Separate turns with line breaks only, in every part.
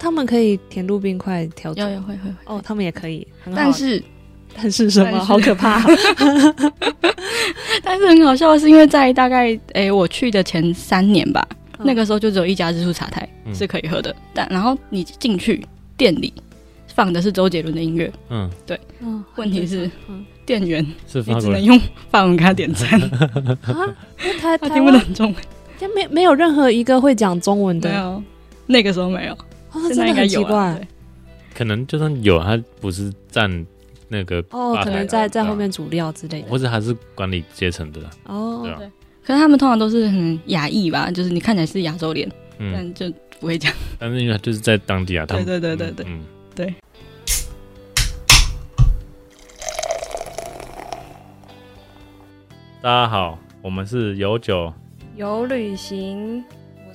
他们可以填入冰块调
有
整
有会会会，
哦，他们也可以，很好
但是
但是什么？
但是
好可 怕！
但是很好笑的是，因为在大概诶、我去的前三年吧，
嗯
那个时候就只有一家日出茶台
嗯
是可以喝的，但然后你进去店里放的是周杰伦的音乐，
嗯，
嗯，
问题是
嗯
店员
是
你
法
只能
国人，
用法文给他 点餐，
啊，那台
他
台
听不
湾
懂中文，
就没没有任何一个会讲中文
没
的，
有，那个时候没有，
哦，
现
真
在
的
应该
很奇
有啊。
怪
对
可能就算有，他不是占那个
哦，
吧
可
台
能
的
在在
对啊
后面煮料之类的
或者还是管理阶层的啦，
哦
对。啊，
可是他们通常都是很亚裔吧，就是你看起来是亚洲脸，
嗯，
但就不会讲。
但是因为他就是在当地啊，他们
对对对对对
嗯，
对。
大家好，我们是有酒，
有旅行，我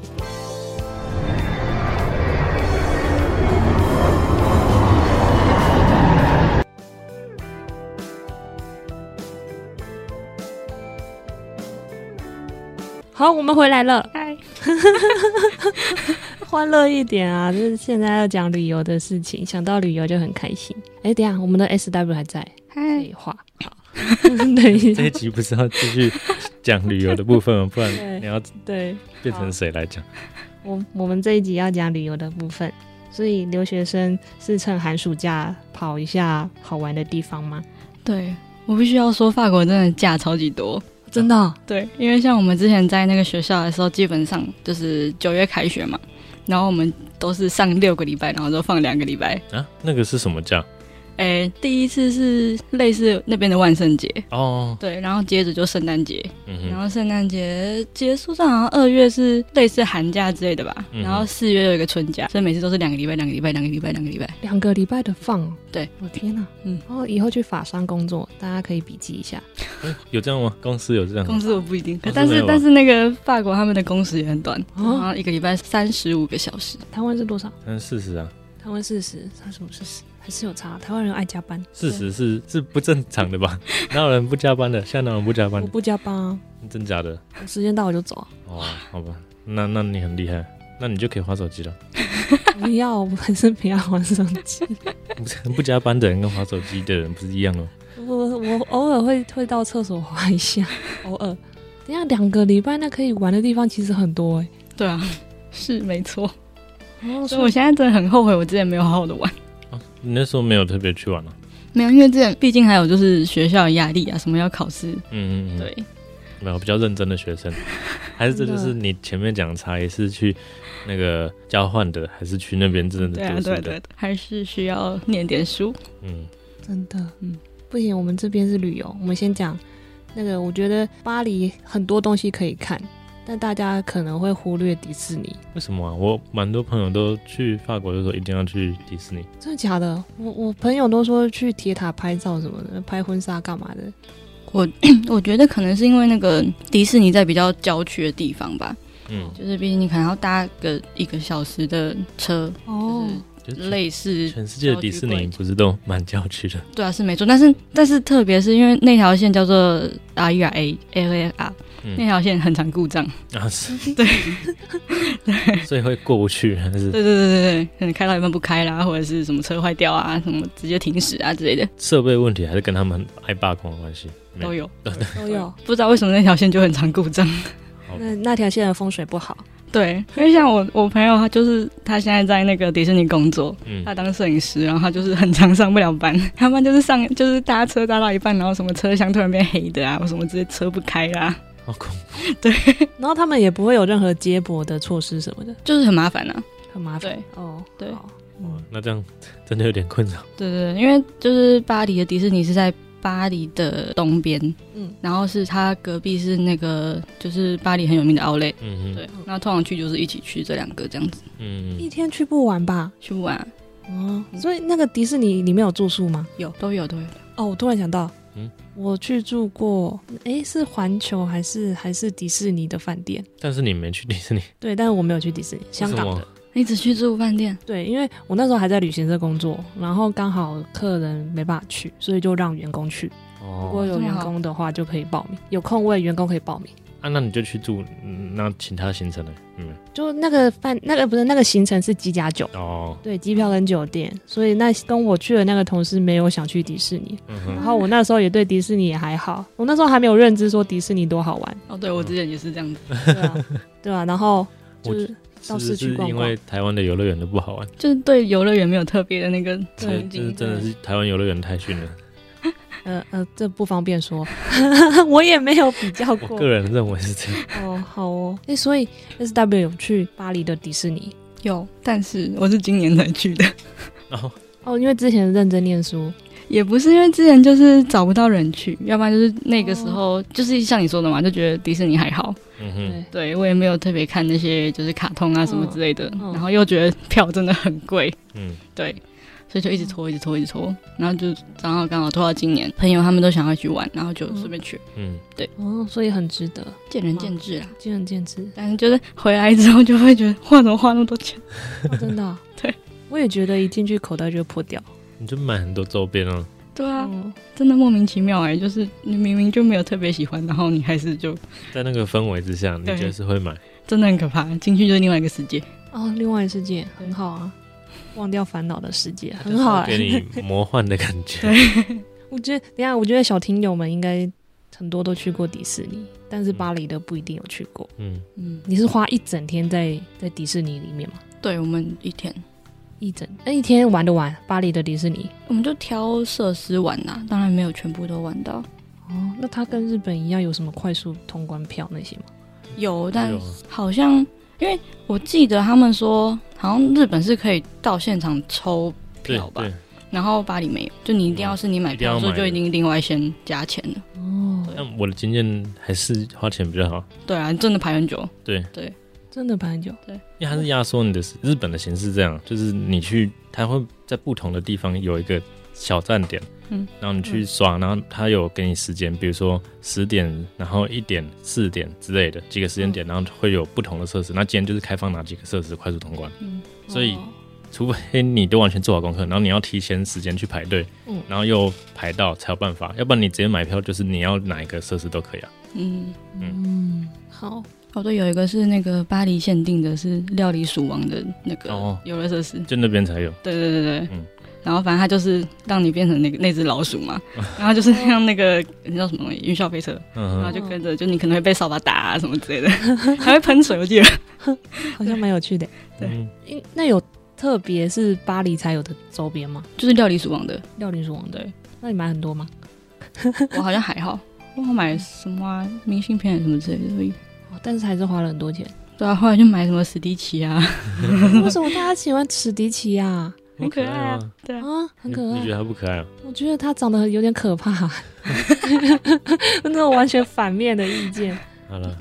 好，我们回来了，
嗨，
欢乐一点啊！就是现在要讲旅游的事情，想到旅游就很开心。哎，等一下，我们的 S W 还在，
嗨，
废话，好， 等一下
这一，集不是要继续讲旅游的部分吗？不
对
然你要
对。
变成谁来讲？
我我们这一集要讲旅游的部分，所以留学生是趁寒暑假跑一下好玩的地方吗？
对我必须要说，法国真的假超级多。
真的、啊
对，因为像我们之前在那个学校的时候，基本上就是九月开学嘛，然后我们都是上六个礼拜，然后就放两个礼拜。
啊，那个是什么假？
诶、第一次是类似那边的万圣节，
哦，
对，然后接着就圣诞节，
嗯
然
哼，
后圣诞节结束上好像二月是类似寒假之类的吧，
嗯哼
然后四月有一个春假，所以每次都是两个礼拜、两个礼拜、两个礼拜、两个礼拜。
两个礼拜的放，哦
对，
我天哪、
嗯
然后以后去法商工作，大家可以笔记一下。
有这样吗？公司有这样吗？
公司我不一定，
公司
但
没
是
有啊
但是那个法国他们的工时也很短，
哦
然后一个礼拜三十五个小时。
台湾是多少？
嗯，事实啊，
台湾四十，三十五四十，还是有差。啊台湾人爱加班，
事实是是不正常的 吧？哪有人不加班的？现在哪有人不加班
我？不加班啊，
真 假的？
我时间到我就走啊。
哦，好吧，那那你很厉害，那你就可以划手机 了。
不要，我还是不要玩手机。
不是不加班的人跟划手机的人不是一样的吗？
我我偶尔会会到厕所滑一下， 偶尔。等一下两个礼拜，那可以玩的地方其实很多哎、
对啊，是没错。
哦，
所以我现在真的很后悔，我之前没有好好的玩。
你那时候没有特别去玩了、啊
没有，因为之前毕竟还有就是学校的压力啊，什么要考试，
嗯嗯嗯，，
对，
没有比较认真的学 生，还是这就是你前面讲的差异，是去那个交换的，还是去那边真
对
的
啊，
读书
对
的？
对对，还是需要念点书。
嗯，
真的，嗯
嗯，
不行，我们这边是旅游，我们先讲那个，我觉得巴黎很多东西可以看，但大家可能会忽略迪士尼，
为什么啊？我蛮多朋友都去法国就说一定要去迪士尼，
真的假的？我我朋友都说去铁塔拍照什么的，拍婚纱干嘛 的，
我 觉得可能是因为那个迪士尼在比较郊区的地方吧，
嗯，
就是毕竟你可能要搭个一个小时的车，
哦
就是
类似
全世界的迪士尼不是都蛮郊区的？
对啊是没错，但是但是特别是因为那条线叫做 R U R A L A R，
嗯
那条线很常故障，
啊，是，
对
所以会过不去，还是
对对对对对，可能开到一半不开啦，或者是什么车坏掉啊，什么直接停驶啊之类的
设备问题，还是跟他们爱罢工的关系？没
都有。
都有。
不知道为什么那条线就很常故障。
好
那那条线的风水不好，
对，因为像我我朋友他就是他现在在那个迪士尼工作，
嗯
他当摄影师，然后他就是很常上不了班， 他们就是上就是搭车搭到一半，然后什么车厢突然变黑的啊，或什么直接车不开啦、
好恐
然后他们也不会有任何接驳的措施什么的，
就是很麻烦啊。
很麻烦。
对
哦，
对
好
怖啊！那这样真的有点困扰。
对对，对因为就是巴黎的迪士尼是在巴黎的东边，
嗯，
然后是它隔壁是那个就是巴黎很有名的奥莱，
嗯
对，那通常去就是一起去这两个这样子
嗯
一
嗯，
天去不完吧？
去不完啊、
哦，所以那个迪士尼里面有住宿吗？
有都有都有。
哦，我突然想到，
嗯
我去住过，诶，是环球还是还是迪士尼的饭店？
但是你没去迪士尼，
对，但是我没有去迪士尼，香港
为什
的
么。
你只去住饭店，
对，因为我那时候还在旅行社工作，然后刚好客人没办法去，所以就让员工去。如果
哦，
有员工的话，就可以报名，有空位员工可以报名。
啊，那你就去住，嗯那其他行程呢？嗯，
就那个饭，那个不是那个行程是几加九，
哦，
对，机票跟酒店，所以那跟我去的那个同事没有想去迪士尼，
嗯
然
哼，
后我那时候也对迪士尼也还好，我那时候还没有认知说迪士尼多好玩，
哦，
嗯
对我之前也是这样子，
对 啊，对啊，然后
我
就是
是
到
不
市
是
区逛
因
逛
为，台湾的游乐园都不好玩？
就是对游乐园没有特别的那个嗯
所以
憧
就是
憬，
真的是台湾游乐园太逊 了。
呃呃，这不方便说， 我也没有比较
我
过
个，人认为是这样。
哦，好哦，哎、所以 S W 有去巴黎的迪士尼
有，但是我是今年才去的，
然后
哦，因为之前认真念书，
也不是因为之前就是找不到人去，要不然就是那个时候就是像你说的嘛，就觉得迪士尼还好，
嗯
对，
哼，
对我也没有特别看那些就是卡通啊什么之类的，
嗯嗯
然后又觉得票真的很贵，
嗯，
对，所以就一直拖，一直拖，一直拖，然后就刚好刚好拖到今年，朋友他们都想要去玩，然后就顺便去，
嗯，
哦，所以很值得，哦
见仁见智啊。
见仁见 智，
但是就是回来之后就会觉得，花怎么花那么多钱？
哦、真的、
对，
我也觉得一进去口袋就会破掉，
你就买很多周边啊。
对啊，
嗯，
真的莫名其妙哎、就是你明明就没有特别喜欢，然后你还是就
在那个氛围之下，你
对
就是会买。
真的很可怕，进去就是另外一个世界。
哦，另外世界很好啊，忘掉烦恼的世界很
就是
好、
会
欸，
给你魔幻的感觉。
我觉得，等一下我觉得小听友们应该很多都去过迪士尼，但是巴黎的不一定有去过。
嗯，
嗯，
你是花一整天在在迪士尼里面吗？
对我们一天，
一整那一天玩得完巴黎的迪士尼？
我们就挑设施玩啦、啊当然没有全部都玩到，
哦，那它跟日本一样有什么快速通关票那些吗？
有，
有
但
啊
好像因为我记得他们说，好像日本是可以到现场抽
对
票吧，
对。
然后巴黎没有，就你一定要是你买
一定要
票的时候
买
就已
的
经另外先加钱了。
哦，
但我的经验还是花钱比较好，
对啊，真的排很久。
真的很久
因为它是压缩你的时日本的形式这样，就是你去，它会在不同的地方有一个小站点，
嗯，
然后你去刷，然后它有给你时间，比如说十点，然后一点、四点之类的几个时间
嗯
点，然后会有不同的设施。那今天就是开放哪几个设施快速通关。
嗯，
所以除非你都完全做好功课，然后你要提前时间去排队，
嗯
然后又排到才有办法，要不然你直接买票就是你要哪一个设施都可以啊。
嗯，
嗯，好，
哦对，有一个是那个巴黎限定的，是料理鼠王的那
哦
个游乐设施。
就那边才有，
对对对对，
嗯
然后反正它就是让你变成那个那只老鼠 嘛，然后就是像那个那叫什么东西云霄飞车，然后
嗯
就跟着，就你可能会被扫把打啊什么之类的， 还会喷水，我记得。
好像蛮有趣的。
对
嗯，
诶那有特别是巴黎才有的周边吗？
就是料理鼠王的，
料理鼠王的
对，
那你买很 多吗？
我好像还好，我好买什么啊、明信片什么之类的而已。
哦，但是还是花了很多 钱。
对啊，后来就买什么史迪奇啊，
为什么大家喜欢史迪奇 啊？
很可爱
啊
啊，，对啊，
啊，很
你
可
你觉
爱。
得它不可爱啊？
我觉得他长得有点可怕， 那种完全反面的意见，
好 了，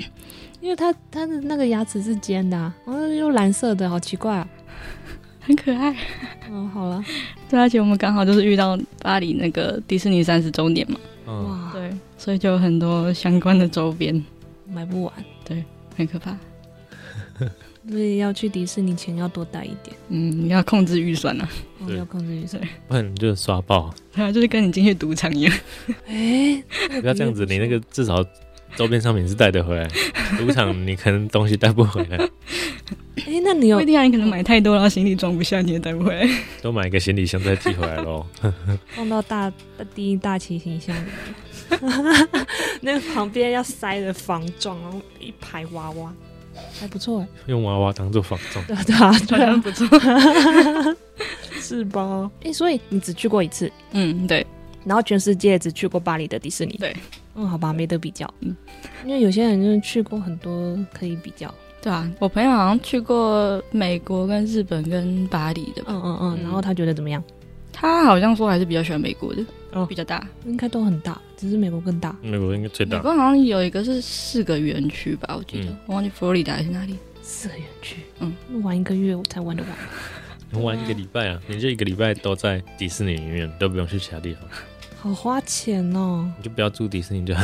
因为他他的那个牙齿是尖的、啊，然后又蓝色的，好奇怪啊。
很可爱。
嗯，好了，
对啊，而且我们刚好就是遇到巴黎那个迪士尼三十周年嘛，
嗯，
哇，
对，所以就有很多相关的周边，
买不完，
很可怕。
所以要去迪士尼前要多带一点，
嗯，要控制预算啊，
哦、
对
要控制预算。
不然你就刷 爆，
对啊，就是跟你进去赌场一样。
哎、
不要这样子，
比喻
你
不
那个至少周边商品是带 得回来，赌场你可能东西带不回来，
哎、那你
不
有
一定啊，你可能买太多，然后行李装不下，你也带不回来。
都买一个行李箱再寄回来喽。
放到大第一大骑行箱里 面，那个旁边要塞的防撞，然后一排娃娃，还不错哎、
用娃娃当做仿妆，
对啊对啊，对 啊，
不错。
是吧？哎、所以你只去过一次，
嗯，对，
然后全世界只去过巴黎的迪士尼。
对，
嗯，好吧，没得比较。嗯
嗯，
因为有些人就是去过很多可以比较。
对啊，我朋友好像去过美国、跟日本、跟巴黎的吧。
嗯嗯嗯，
嗯
然后他觉得怎么样？
他好像说还是比较喜欢美国的，
哦
比较大。
应该都很大，只是美国更大。
美国应该最
美
大。
国好像有一个是四个园区吧，我记得，
嗯
我忘记佛罗里达还是哪里。
四个园区，
嗯，
玩一个月我才玩得完。
玩一个礼拜啊，你就一个礼拜都在迪士尼里面，都不用去其他地方。
好花钱哦。
你就不要住迪士尼就好。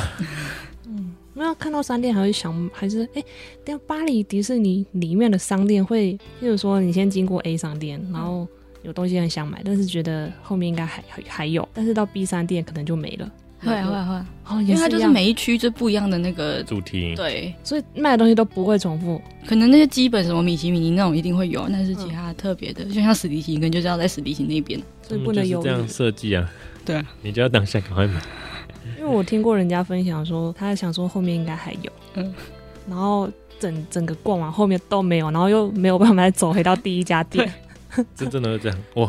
没有啊看到商店还会想，还是哎，但巴黎迪士尼里面的商店会，譬如说你先经过 A 商店，然后有东西很想买，但是觉得后面应该还还还有，但是到 B 商店可能就没了。
会啊会啊会啊，
哦，
因
也
为它
是
就
一
是
样，
每一区就不一样的那个，
主题，
对，
所以卖的东西都不会重复。
可能那些基本什么米奇米妮那种一定会有，但是其他特别的，就像史迪奇，可能就是要在史迪奇那边。
所以
嗯
不能
就
犹
是
豫
这。样设计啊。
对啊，
你就要当下赶快买。
因为我听过人家分享说，他想说后面应该还有，
嗯
然后整整个逛完后面都没有，然后又没有办法再走回到第一家店，
这真的是这样。我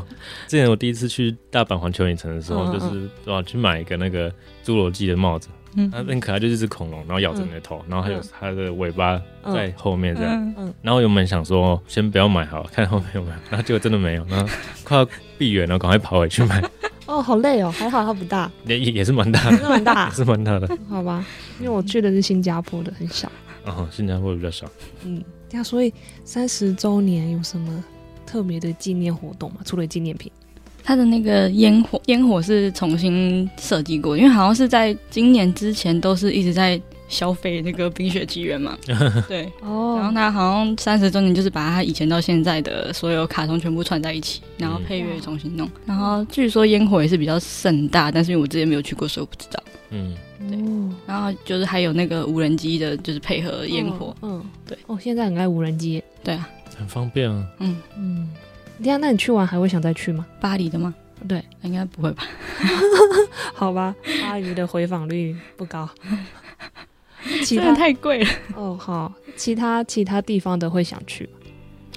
之前我第一次去大阪环球影城的时候，
嗯嗯
就是我要去买一个那个侏罗纪的帽子，
嗯
它很可爱，就是一只恐龙，然后咬着你的头，然后还有
嗯
它的尾巴在后面这样。
嗯，
然后我原本想说先不要买好，看后面有没有，然后结果真的没有，然后快要闭园了，赶快跑回去买，
哦，好累哦，还好它不大，
也也也是蛮大的，
真的蛮大
也，是 蛮大的。
好吧，因为我去的是新加坡的，很小，
哦，新加坡比较少。
嗯，对啊，所以三十周年有什么特别的纪念活动吗？除了纪念品，
它的那个烟火，烟火是重新设计过，因为好像是在今年之前都是一直在消费那个《冰雪奇缘》嘛。对，然后
哦，
它好像三十周年就是把它以前到现在的所有卡通全部串在一起，然后
嗯
配乐重新弄。然后据说烟火也是比较盛大，但是因为我之前没有去过，所以我不知道。
嗯，
哦，
然后就是还有那个无人机的，就是配合烟火。
嗯，嗯
对，
哦，现在很爱无人机，
对啊，
很方便啊。
嗯，
嗯，对啊，那你去完还会想再去 吗？
巴黎的吗？
对，
应该不会吧？
好吧，阿鱼的回访率不 高。其
真的
他
太贵了，
哦好，其他其他地方的会想去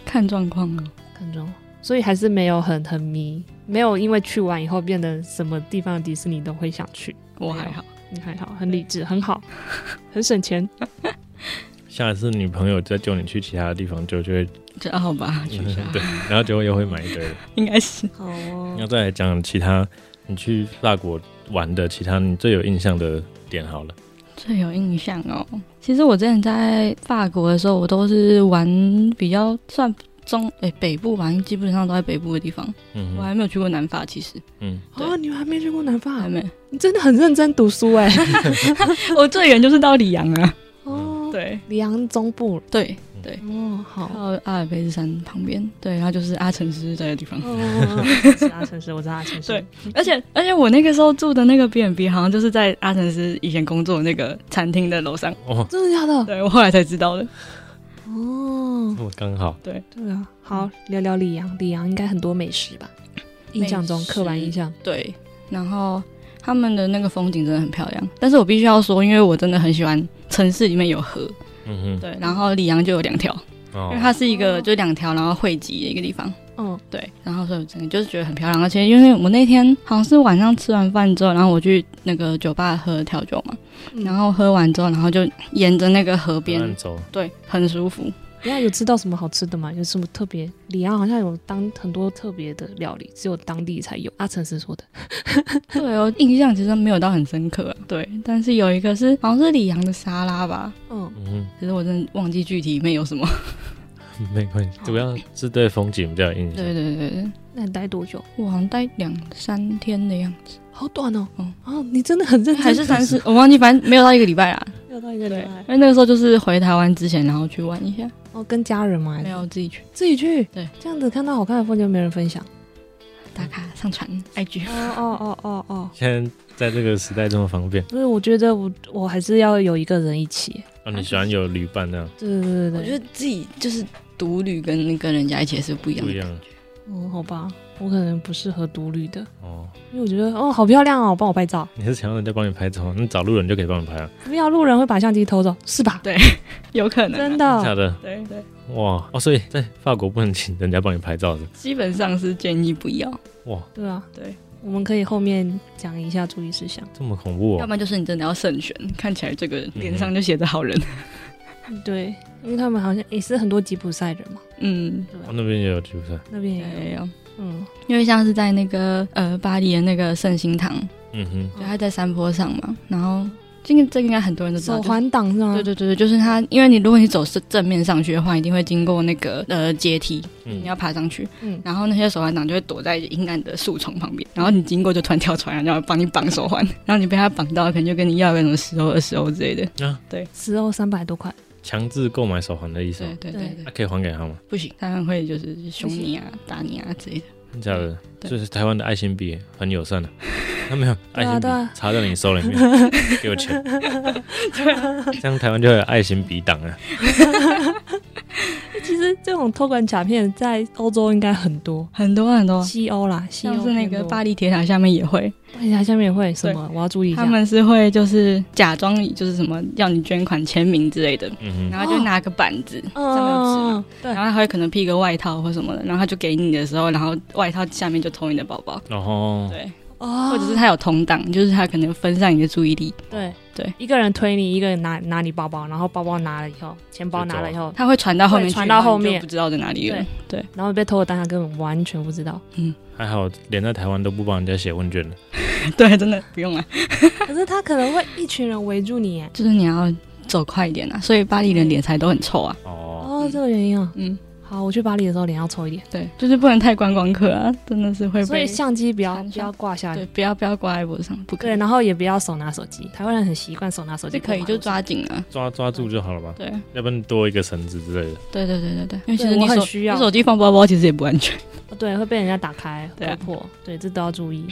看状况啊。
看中，所以还是没有很很迷，没有因为去完以后变得什么地方的迪士尼都会想去。
我还好，
你还好，很理智，很好，很省 钱。
下次女朋友再叫你去其他地方，就就会
这好哦吧，取消
对，然后结果又会买一堆的。
应该是。
好
嗯
哦
那再来讲其他你去法国玩的其他你最有印象的点好了。
最有印象哦。其实我之前在法国的时候，我都是玩比较算中诶、北部吧，因为基本上都在北部的地方。
嗯
我还
哼，
没有去过南法，其实
嗯，
对
啊，你还没去过南
还
法，
没。
你真的很认真读书哎、
我最远就是到里昂 啊。
哦，
对
里昂中部
对，
哦，好。
到阿尔卑斯山旁边，对，它就是阿城市这个地方。
哦，我知道阿城市，我知道阿 城市。
对，而且而且我那个时候住的那个 B&B 好像就是在阿城市以前工作的那个餐厅的楼上，
哦，
真的假的？
对我后来才知道的。
哦，
我刚好，
对啊，好，聊聊里昂，里昂应该很多美食吧？印象中
美食
刻板印象，
对，然后他们的那个风景真的很漂亮，但是我必须要说，因为我真的很喜欢城市里面有河，
嗯
对，然后里昂就有两条，
哼，
因为
哦，
它是一个
哦
就两条然后汇集的一个地方，
嗯，
对，然后所以我真的就是觉得很漂亮，而且因为我那天好像是晚上吃完饭之后，然后我去那个酒吧喝调酒嘛，
嗯
然后喝完之后，然后就沿着那个河边，
边走，
对，很舒服，
等一下有吃到什么好吃的吗？有什么特别？里昂好像有当很多特别的料理，只有当地才有。阿诚是说的，
对哦，印象其实没有到很深刻、啊，对，但是有一个是好像是里昂的沙拉吧，
嗯，
嗯
可是我真的忘记具体里面有 什么。
哼， 没关系，主要是对风景比较有印象
对。对对对，
那你待多久？
我好像待两三天的样子，
好短哦，
嗯
哦，你真的很认真，
还是三十，我忘记，反正没有到一个礼拜啦。啊
要到一个礼
对，
拜
因，为那个时候就是回台湾之前，然后去玩一下，
哦，跟家人吗？还是
没有自己去
自己去，
对，
这样子看到好看的风景没人分享。
打卡上传 IG。
哦哦哦哦 哦，
现在在这个时代这么方便，
所以我觉得我我还是要有一个人一起。
哦，你喜欢有旅伴那啊样，
对对对对
我
对
觉，得自己就是独旅跟跟人家一起也是不一样
不
的
一
感觉。
样
嗯，好吧，我可能不适合独旅的。
哦。
因为我觉得哦，好漂亮哦，帮我拍照。
你是想要人家帮你拍照，那找路人就可以帮你拍啊？
哦
不要路人会把相机偷走，是吧？
有可能啊、
真
假
的，
的？
对对，
哇哦，所以在法国不能请人家帮你拍照的。
基本上是建议不要，
哇，
对啊，
对，
我们可以后面讲一下注意事项。
这么恐怖
要
哦！
不然就是你真的要慎选，看起来这个脸上就写着好人。
对，因为他们好像也是很多吉普赛人嘛，
嗯，
对
哦
吧？
那边也有吉普赛，
那边也有，
对哦，
嗯，
因为像是在那个呃巴黎的那个圣心堂，
嗯哼，
对，它在山坡上嘛，然后。这个这个应该很多人都知道，
手
就是
环挡是吗？
对对对对，就是它，因为你如果你走是正面上去的话，一定会经过那个呃阶梯，你
嗯
要爬上去，
嗯
然后那些手环党就会躲在阴暗的树丛旁边，然后你经过就突然跳出来，然后帮你绑手环，然后你被他绑到，可能就跟你要个什么十欧、二十欧之类的。
十欧三百多块，
强制购买手环的意思
对
吗？
对
对
对对，
那可以还给他吗？
不行，他们会就是凶你啊、打你啊之类的。
真假的？
对
就是台湾的爱心币耶很友 善的，他没有爱
对
心
啊
笔
对啊
插到你手里面，给我钱。这样台湾就会有爱心笔党啊。
其实这种偷管卡片在欧洲应该很多，
很多很多，
西欧啦，西
像
欧
是那个巴黎铁塔下面也会，
黎，哎它下面会什么？我要注意一
他
下。
们是会就是假装你就是什么要你捐款签名之类的，
嗯
然后就拿个板子上面有纸嘛，啊
嗯，对
然，后他会可能披个外套或什么的，然后他就给你的时候，然后外套下面就偷你的包包，
哼，然后
对，
哦
或者是他有同档，就是他可能分散你的注意力，
对
对，
一个人推你，一个人拿拿你包包，然后包包拿了以后，钱包拿了以后，
他会传到后面去，
对传到后面
然你就不知道在哪里了
对。然后被偷的当下根本完全不知道。
还好，连在台湾都不帮人家写问卷了。
对，真的不用啊了，
可是他可能会一群人围住你耶，
就是你要走快一点啊，所以巴黎人脸才都很臭啊。
哦，
哦，这个原因啊。
嗯，
好，我去巴黎的时候脸要臭一点，
对，就是不能太观光客啊，真的是会
所以
被。
相机不要
残
不
像
要挂下来
对，，不要不要挂在脖子上，不可
对，
以。
然后也不要手拿手机，台湾人很习惯手拿手
这
机，
可以
不拿
就抓紧啊。
抓抓住就好了吧？
对，
要不然多一个绳子之类的。
对对对对对，因为其
对
实
我
你
很
手
需要
你手机放包包其实也不安全。
对，会被人家打开
对啊
打破，对，这都要注意。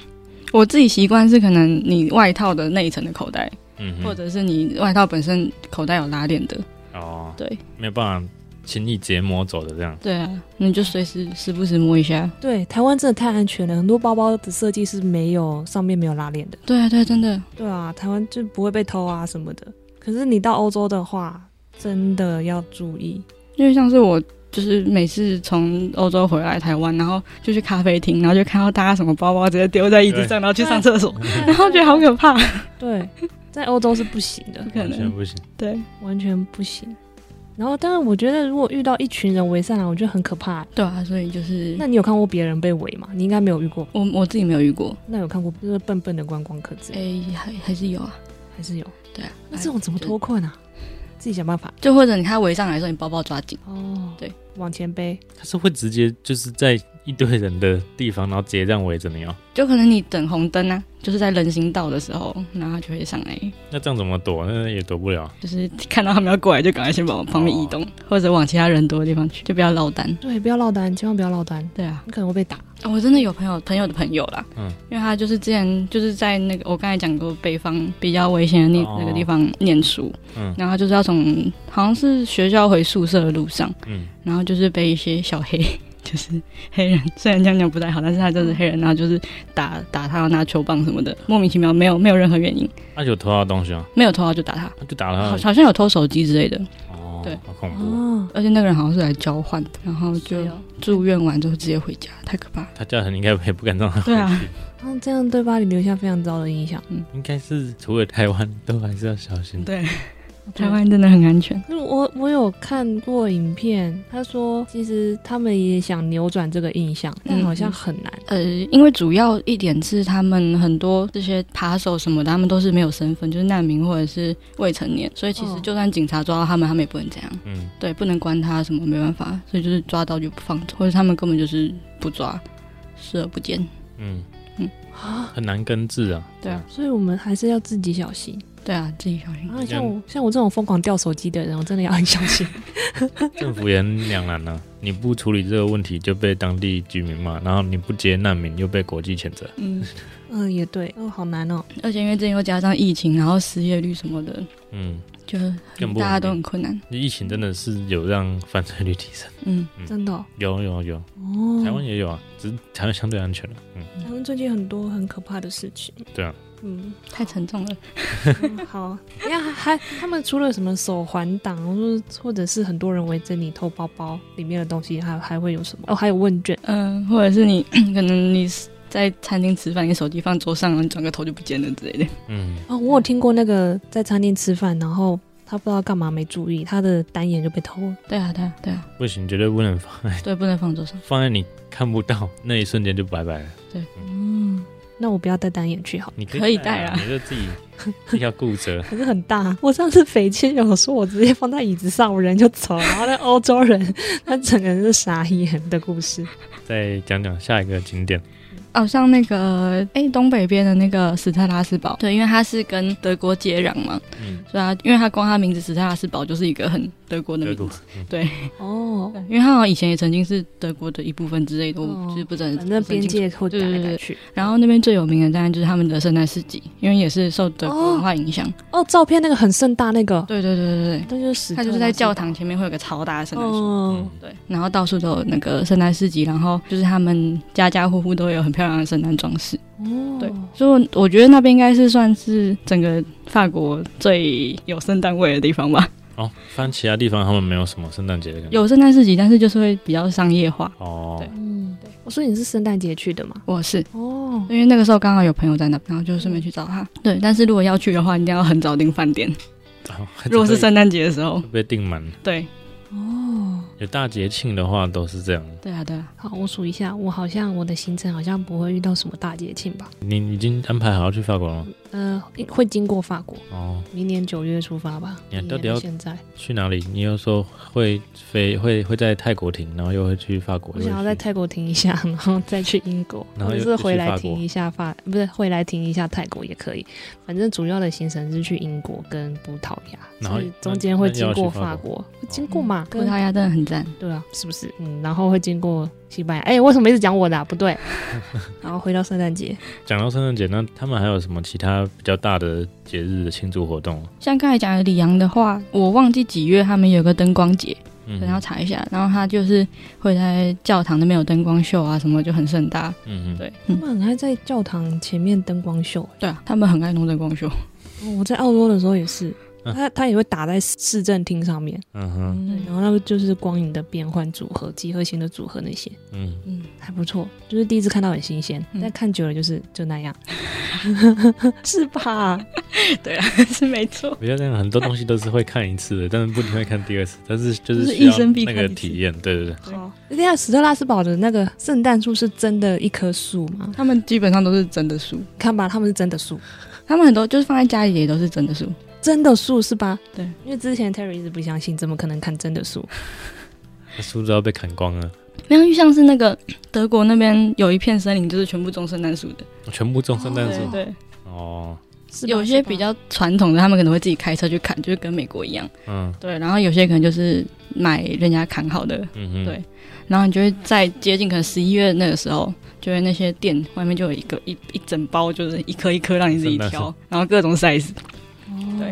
我自己习惯是可能你外套的内层的口袋，
嗯
或
哼，
者是你外套本身口袋有拉链的，
哦，
对，
没有办法轻易结膜走的这样。
对啊，你就随时时不时摸一下。
对，台湾真的太安全了，很多包包的设计是没有上面没有拉链的。
对啊，对啊，真的，
对啊，台湾就不会被偷啊什么的。可是你到欧洲的话，真的要注意。
因为像是我。就是每次从欧洲回来台湾，然后就去咖啡厅，然后就看到大家什么包包直接丢在椅子上，然后去上厕所，
嗯
然后觉得好可怕，
对， 在欧洲是不行的
不，可
完全
能。
不行，
对
完全不行。然后，但是我觉得如果遇到一群人围上来，我觉得很可怕。
对啊，所以就是
那你有看过别人被围吗？你应该没有遇过。
我我自己没有遇过，
那有看过就是笨笨的观光客之类的，
哎、还还是有啊，
还是有？
对啊。
那这种怎么脱困啊？自己想办法。
就或者你看围上来的时候，你包包抓紧，
哦，
对，
往前背。
他是会直接就是在一堆人的地方，然后直接这样围着你哦。
就可能你等红灯啊，就是在人行道的时候，然后他就会上来，
那这样怎么躲？那也躲不了。
就是看到他们要过来，就赶快先往旁边移动，或者往其他人多的地方去，就不要落单。
对，不要落单，千万不要落单，
对啊，
你可能会被打。
啊我真的有朋友朋友的朋友啦，
嗯
嗯，因为他就是之前就是在那个我刚才讲过北方比较危险的那、
哦
那个地方念书，
嗯
然后他就是要从好像是学校回宿舍的路上，
嗯，
然后就是被一些小黑， 就是黑人，虽然这样讲不太好，但是他就是黑人，然后就是打打他，拿球棒什么的，莫名其妙，没有没有任何原因，
他、有偷到东西啊，
没有偷他就打他，
他就打了
好好像有偷手机之类的，
他。哦，
对
好恐怖。
哦，
而且那个人好像是来交换的，然后
哎
就住院完之后直接回家，太可怕了。
他家人应该也不敢让他回
对啊
去，
那这样对巴黎留下非常糟的印象。
应该是除了台湾，都还是要小心。
对，台湾真的很安全。
那我我有看过影片，他说其实他们也想扭转这个印象，但
嗯
好像很难。
呃，因为主要一点是他们很多这些扒手什么的，他们都是没有身份，就是难民或者是未成年，所以其实
哦
就算警察抓到他们，他们也不能这样。
嗯，
对，不能关他什么，没办法，所以就是抓到就不放走，或者他们根本就是不抓，视而不见。
嗯
嗯
很难根治啊。
对啊，
所以我们还是要自己小心。
对啊，自己小心。
啊，像我像我这种疯狂掉手机的人，我真的要很小心。
政府也很两难啊。你不处理这个问题，就被当地居民骂；然后你不接难民，又被国际谴责。
嗯，
嗯，也对，哦，好难哦。
而且因为最近又加上疫情，然后失业率什么的，
嗯，
就是
更不
大家
稳
都
定。
很困难。
疫情真的是有让犯罪率提升，
嗯，
真的哦。
有有有，
哦
台湾也有啊，只是台湾相对安全了、嗯，
台湾最近很多很可怕的事情。
对啊。
嗯，
太沉重了。
嗯好。哎呀，还他们除了什么手环党，或者或者是很多人围着你偷包包里面的东西，还还会有什么？哦，还有问卷。
嗯、或者是你 可能你在餐厅吃饭，你手机放桌上，然后你转个头就不见了之类的。
嗯，
哦，我有听过那个在餐厅吃饭，然后他不知道干嘛没注意，他的单眼就被偷了。
对啊，对啊，对啊，
不行，绝对不能放在
对，不能放桌上。
放在你看不到那一瞬间就拜拜了。
嗯， 那我不要戴单眼去好了，
你
可以
带
带
啊，
啊
你就自己自己要顾着。
可是很大。我上次匪亲有说，我直接放在椅子上，我人就走了。然后那欧洲人，他整个人是傻眼的故事。
再讲讲下一个景点，
哦，像那个哎、东北边的那个史特拉斯堡，对，因为它是跟德国接壤嘛，
嗯，
所以它因为它光它名字史特拉斯堡就是一个很德国的
德
名字
国，，嗯
哦，
对，因为它好像以前也曾经是德国的一部分之类的，
哦
我就是不知道。不
反正
是很
边
清楚
界会改来改去。
然后那边最有名的当然就是他们的圣诞市集，因为也是受德国文化影响。
哦，照片那个很盛大那个，
对对对对
那就是史
对，它就
特拉斯堡
是在教堂前面会有个超大的圣诞树。
嗯
哦，
对，然后到处都有那个圣诞市集，然后就是他们家家户户都有很漂亮的圣诞装饰。
哦
对，所以我觉得那边应该是算是整个法国最有圣诞味的地方吧。
哦，反正其他地方他们没有什么圣诞节的感觉。
有圣诞市集，但是就是会比较商业化。
哦，
对
嗯，对。我说你是圣诞节去的嘛？
我是
哦，
因为那个时候刚好有朋友在那，然后就顺便去找他。对，但是如果要去的话，一定要很早订饭 店。
哦
如果是圣诞节的时候，
会被订满，
对，
哦，
有大节庆的话都是这样。
对啊，对啊，
好，我数一下，我好像我的行程好像不会遇到什么大节庆吧？
你已经安排好要去法国了吗？
呃，会经过法国，
哦，
明年九月出发吧。
你
明
到
年
底
的
要
现在，
去哪里？你又说会飞，会会在泰国停，然后又会去法国，
我想要
又
在
会去
泰国停一下， 然后再去英 国，
然
或
后
者
又
是
去
回
法
来
国
停一下法，不是回来停一下泰国也可以。反正主要的行程是去英国跟葡萄牙，
然后
所以
那
中间会
那要
经过
去法
法国，会经过嘛？
葡
跟
萄牙真的很赞。
对啊，是不是？嗯，然后会经过西班牙。哎、为什么一直讲我的、啊？不 对。然后回到圣诞节，
讲到圣诞节，那他们还有什么其他比较大的节日的庆祝活动？
像刚才讲的里昂的话，我忘记几月他们有个灯光节，
嗯
可能要查一下。然后他就是会在教堂那边有灯光秀啊，什么就很盛大。
嗯嗯，
对，
他
嗯，
们很爱在教堂前面灯光秀、哎
对啊，他们很爱弄灯光秀。
哦我在澳洲的时候也是，
嗯
他他也会打在市政厅上面，
嗯哼，
对，
嗯
然后那个就是光影的变换组合、几何形的组合那些，
嗯，
嗯，
还不错，就是第一次看到很新鲜，
嗯
但看久了就是就那样，是吧？
对啊， 是没错。
不要这样，很多东西都是会看一次的，但是不一定会看第二次，但是就
就
是
是
需要
一生必
那
看
个
一次
体验，对对对，
好，那下史特拉斯堡的那个圣诞树是真的一棵树吗？
他们基本上都是真的树，
看吧，他们是真的树，
他们很多就是放在家里也都是真的树。
真的树是吧？
对，
因为之前 Terry 一直不相信，怎么可能看真的树？
那树都要被砍光了，
没有，就像是那个德国那边有一片森林，就是全部种圣诞树的。
全部种圣诞
对
树
对，
哦，
是吧
有些比，较传统的，他们可能会自己开车去砍，就是跟美国一样。
嗯
对，然后有些可能就是买人家砍好的
嗯哼，
对然后你就会在接近可能十一月那个时候，就会那些店外面就有一个一一整包，就是一颗一颗让你自己
圣诞
挑，然后各种 size。
是吧哦
对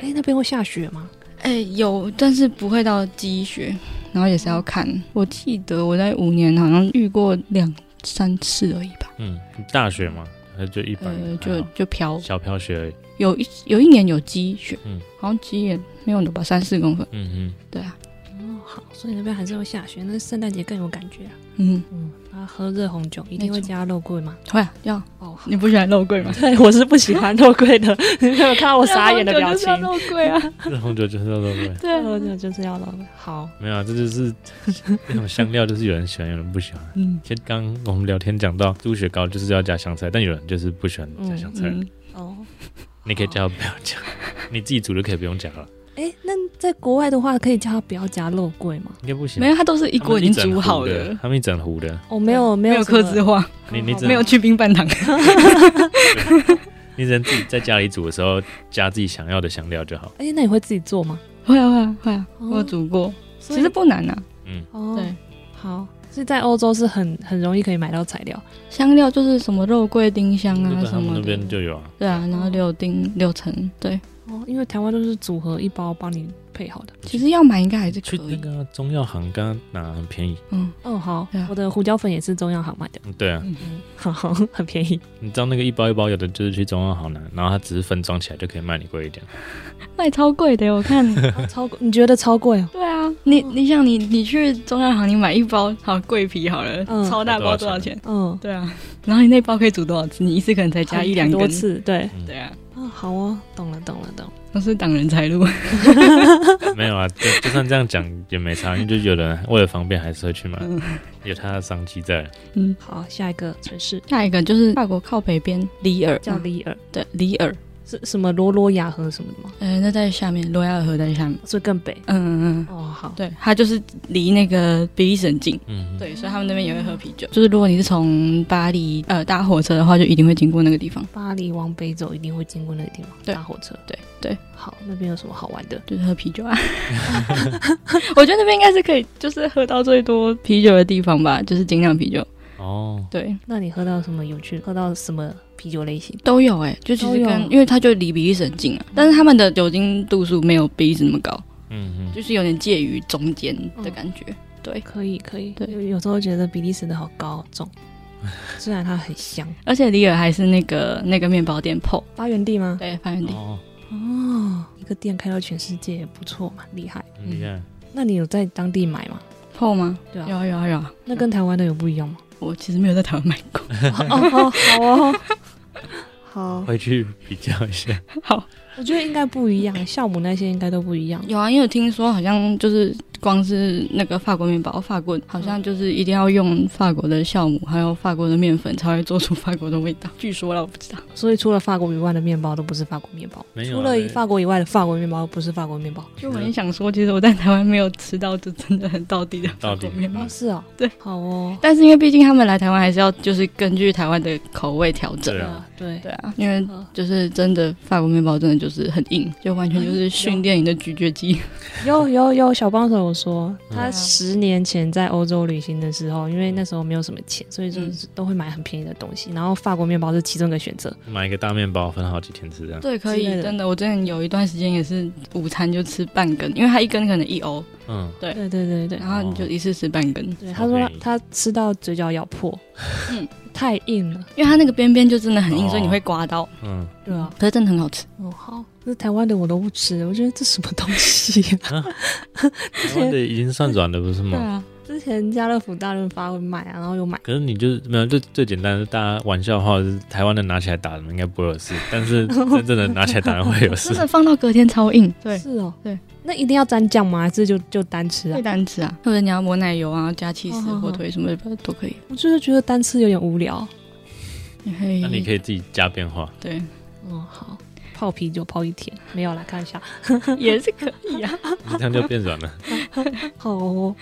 哎、那边会下雪吗？
哎、有，但是不会到积雪，然后也是要看。我记得我在五年好像遇过两三次而已吧，
嗯，大雪嘛，还就一般，
呃，
还
就
好
就飘。
小飘雪而已，
有一有一年有积雪，
嗯
好像积也没有吧，三四公分。
嗯
对啊，
哦，好，所以那边还是会下雪，那圣诞节更有感觉啊。
嗯，
嗯，啊，喝热红酒一定会
没错
加肉桂吗？
会啊，要。
哦，好
你不喜欢肉桂吗？
对，我是不喜欢肉桂的，你没有看到我傻眼的 表情？
肉桂啊，
哼，热红酒就是热对？
对，热红酒就是要肉桂。好，
没有啊，这就是 那种香料，就是有人喜欢，有人不喜欢。
嗯
其实刚刚我们聊天讲到猪血糕就是要加香菜，但有人就是不喜欢加香菜，
嗯，
哦，
你可以叫他不要加，你自己煮就可以不用加了，
哎，那在国外的话，可以叫他不要加肉桂吗？
应该不行。
没有，它都是一
一
锅已经煮好
的
了，，
他们一整壶的，
哦，没有，没
没
有
有
什么
克制化。
你你只
没有
能
去冰 半糖，
你只能自己在家里煮的时候加自己想要的香料就好。
哎，那你会自己做吗？
会啊会啊会啊，
哦
我有煮过，
所以
其实不难啊。
哦，
对，
好，所以在欧洲是很很容易可以买到材料。
香料就是什么肉桂、丁香
日
啊
本他
什
们
么
那
的
边，就有啊，
对啊，然后柳丁、柳橙，对，
哦，因为台湾都是组合一包帮你配好的。
其实要买应该还是可
去啊那
以。
个中药行刚刚拿很便宜，
嗯，
哦，好
对啊，
我的胡椒粉也是中药行买的，
嗯对啊，
嗯，好，很 便宜。
你知道那个一包一包有的就是去中药行拿，然后它只是分装起来就可以卖你贵一点。
卖超贵的，我看。
啊超贵？你觉得超贵哦？
对啊，你你想你你去中药行，你买一包好桂皮好了，
嗯
超大包多少钱？
嗯，
对啊，然后你那包可以煮多少次？你一次可能才加一两
很多
根。
次，对
嗯
对啊，
啊，哦，好哦，懂了，懂了，懂了。
都是挡人财路。
没有啊，就就算这样讲也没差，因为就有人为了方便还是会去买，
嗯
有它的商机在。
好，下一个城市
下一个就是法国靠北边里尔，
叫
嗯
里尔，
对里尔，
是什么罗罗亚河什么的吗？
呃，那在下面，罗亚尔河在下面。
所以更北。
嗯嗯嗯，
哦，好，
对，它就是离那个比利时很近。
嗯，，
对，所以他们那边也会喝啤酒。就是如果你是从巴黎呃搭火车的话，就一定会经过那个地方，
巴黎往北走一定会经过那个地方，
对
搭火车。
对对，
好，那边有什么好玩的？
就是喝啤 酒啊。我觉得那边应该是可以，就是喝到最多啤酒的地方吧，就是精酿啤酒。
哦，
对，
那你喝到什么有趣？喝到什么啤酒类型？
都有哎、就其
都
实
有
跟因为它就离比利时很近啊，但是他们的酒精度数没有比利时那么高，
嗯嗯，
就是有点介于中间的感觉。对，
可以，可以。
对
有有时候觉得比利时的好高重，虽然它很香。
而且里尔还是那个那个面包店 PO，
发源地吗？
对，发源地。
哦，
哦，一个店开到全世界也不错嘛，厉害。
很厉害，
那你有在当地买吗？
PO 吗？
对啊
有啊有啊有啊。
那跟台湾的有不一样吗？
我其实没有在台湾买过。
哦，好哦，
嗯
好，
回去比较一下。
好，
我觉得应该不一样，酵母那些应该都不一样。
有啊，因为我听说好像就是光是那个法国面包，法国好像就是一定要用法国的酵母，还有法国的面粉才会做出法国的味道。 据说啦，我不知道。
所以除了法国以外的面包都不是法国面包，
没有
除
啊
了
没有
法国以外的法国面包不是法国面包。
就我很想说，其实我在台湾没有吃到就真的很到底的
到
法
底
国面包
哦，，是哦，
嗯对，
好哦，
但是因为毕竟他们来台湾还是要就是根据台湾的口味调整
对。啊
啊，对，
对啊，因为
呃
就是真的法国面包真的就是很硬，就完全就是训练你的咀嚼肌。
有有有，小帮手有说，他
嗯
十年前在欧洲旅行的时候，因为那时候没有什么钱，所以
嗯
就是都会买很便宜的东西，然后法国面包是其中一个选择。
买一个大面包分好几天吃这样。
对，可以
之类的
真的，我之前有一段时间也是午餐就吃半根，因为它一根可能一欧，
嗯，
对
对对对对
然后你
哦
就一次吃半根，
对，
超
他说
便宜
他他吃到嘴角咬破，
嗯
太硬了，
因为它那个边边就真的很硬，
哦
所以你会刮到。
嗯，
对啊，
可是真的很好吃。
哦好，那台湾的我都不吃，我觉得这什么东西啊呀、
台湾的已经算软了不是吗？
啊，
之前家乐福大润发会卖啊，然后有买，
可是你就是没有最最简单的，大家玩笑话是台湾的拿起来打人应该不会有事，但是真正的拿起来打人会有事
真。的放到隔天超硬。对，
是哦，
对，
那一定要沾酱吗？还是就就单吃啊
会？单吃啊，或者你要抹奶油啊，加起司、
哦哦
嗯
火腿什么的都可以。
我就是觉得单吃有点无聊。
你可以，
那你可以自己加变化，
对，
嗯，好，泡啤酒泡一天，没有啦，看一下。
也是可以啊。
你这样就变软了。
好哦，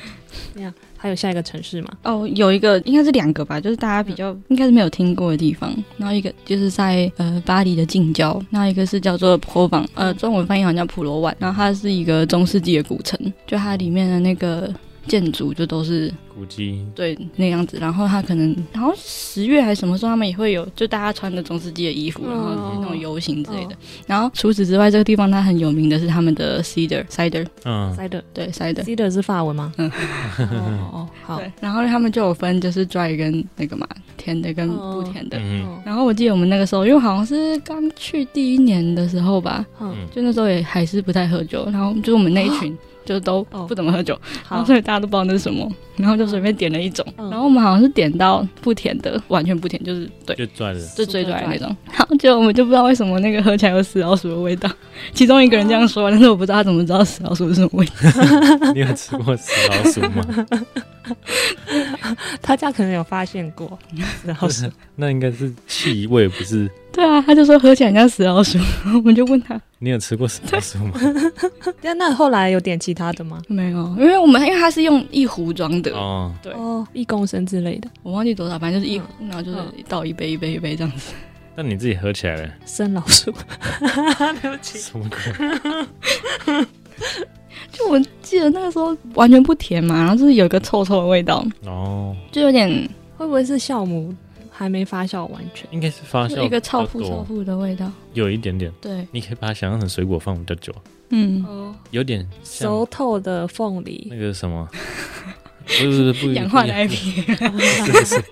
这样还有下一个城市嘛？
哦，有一个应该是两个吧，就是大家比较应该是没有听过的地方。然后一个就是在呃巴黎的近郊，那一个是叫做普朗，呃，中文翻译好像叫普罗旺。然后它是一个中世纪的古城，就它里面的那个建筑就都是
古迹
对那样子。然后它可能然后十月还是什么时候，他们也会有就大家穿的中世纪的衣服，
嗯哦
然后那种游行之类的。然后除此之外，这个地方它很有名的是他们的 cider cider，
嗯，
cider
对 cider。
cider 是法文吗？
嗯
哦哦，好
对，，然后他们就有分，就是 dry 跟那个嘛，甜的跟
哦
不甜的。
嗯，
哦
然后我记得我们那个时候，因为好像是刚去第一年的时候吧，
嗯，
就那时候也还是不太喝酒，然后就我们那一群就都
哦
不怎么喝酒，然
好
后，所以大家都不知道那是什么，然后就随便点了一种，
嗯
然后我们好像是点到不甜的，完全不甜，就是对。
就拽 了。
就最拽的那种，然后结果我们就不知道为什么那个喝起来有死老鼠的味道。 其中一个人这样说，但是我不知道他怎么知道死老鼠是什么味道。
你有吃过死老鼠吗？
他家可能有发现 过，然后是
那应该是气味，不是？
对啊，他就说喝起来很像死老鼠， 然后我们就问他
你有吃过死老鼠 吗？
那那后来有点其他的吗？
没有，啊因为我们因为它是用一壶装的，
哦，
对
哦，一公升之类的，
我忘记多少，反正就是一，
嗯
然后就是倒一杯一杯一杯这样子。
但你自己喝起来了，
生老鼠。 对不起，
什么鬼？
就我记得那个时候完全不甜嘛，然后就是有一个臭臭的味道，
哦，
就有点
会不会是酵母还没发酵完全？
应该是发
就
酵
一个
比较
臭扑臭
多，
扑的味道。
有一点点。
对，
你可以把它想象成水果放比较久，
嗯，
哦，
有点像
熟透的凤
那
梨，
个什么，不是不是不一
氧化
不一
的
样
IP，
是不是？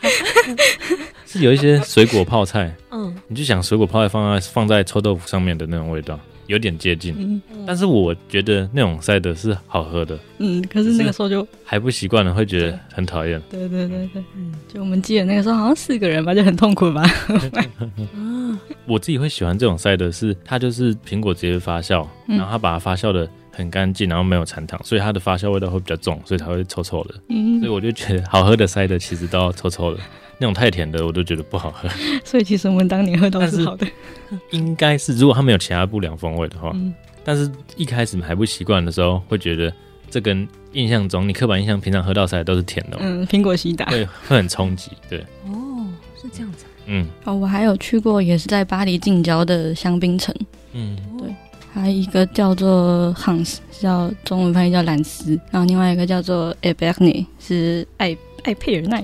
是有一些水果泡菜，
嗯，
你就想水果泡菜放在放在臭豆腐上面的那种味道，有点接近。
嗯
但是我觉得那种塞的是好喝的，
嗯，可是那个时候就，
还不习惯了会觉得很讨厌。
对对对对，
嗯
就我们记得那个时候好像四个人吧，就很痛苦吧。
啊，
我自己会喜欢这种塞的是，它就是苹果直接发酵，
嗯
然后它把它发酵的很干净，然后没有残糖，所以它的发酵味道会比较重，所以才会臭臭的。
嗯
所以我就觉得好喝的塞的其实都要臭臭的，那种太甜的我都觉得不好喝。
所以其实我们当年喝到
但
是
是
好的，
应该是如果它没有其他不良风味的话，
嗯
但是一开始还不习惯的时候，会觉得这跟印象中你刻板印象平常喝到塞都是甜的哦、
嗯，苹果西打。
会会很冲击。对，
哦，是这样子啊，
嗯
哦，我还有去过，也是在巴黎近郊的香槟城，
嗯，
哦
对还有一个叫做 Hans，叫中文翻译叫兰斯，然后另外一个叫做 e b e r n e 是艾艾佩尔奈。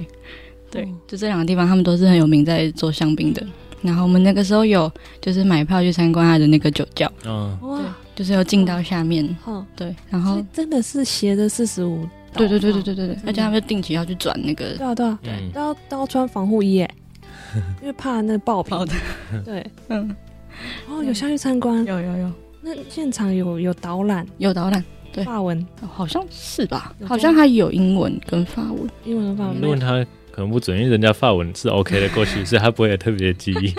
对，
嗯
哦
就这两个地方，他们都是很有名在做香槟的。然后我们那个时候有就是买票去参观他的那个酒窖，
哦，
哇，
就是有进到下面，
好，
对，然
所
后
以真的是斜的四十五，
对对对对，对对对，
的
而且他们就定期要去转那个
对啊对啊，
嗯
都要都要穿防护 衣哎，因为怕那个爆
包
品，
的，
对，
嗯，
哦，有下去参观，
有有有
那现场有有导览
有导览，对
法文、
哦好像是吧
有？
好像还有英文跟法文，
英文的法文，
问
嗯
他可能不准，因为人家发文是 OK 的过去，所以他不会有特别的记忆。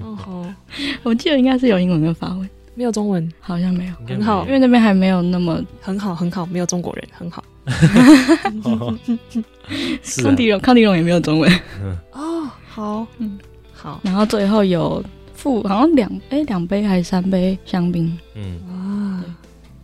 哦好，
我记得应该是有英文跟法文，
没有中文，
好像没有，
很好
因为那边还没有那么
很好很好，没有中国人，很好
哦是啊
康迪龙，康迪龙也没有中文。
哦，好，
嗯
嗯，好
然后最后有付好像两哎两杯还是三杯香槟，
嗯，
哇
对，
啊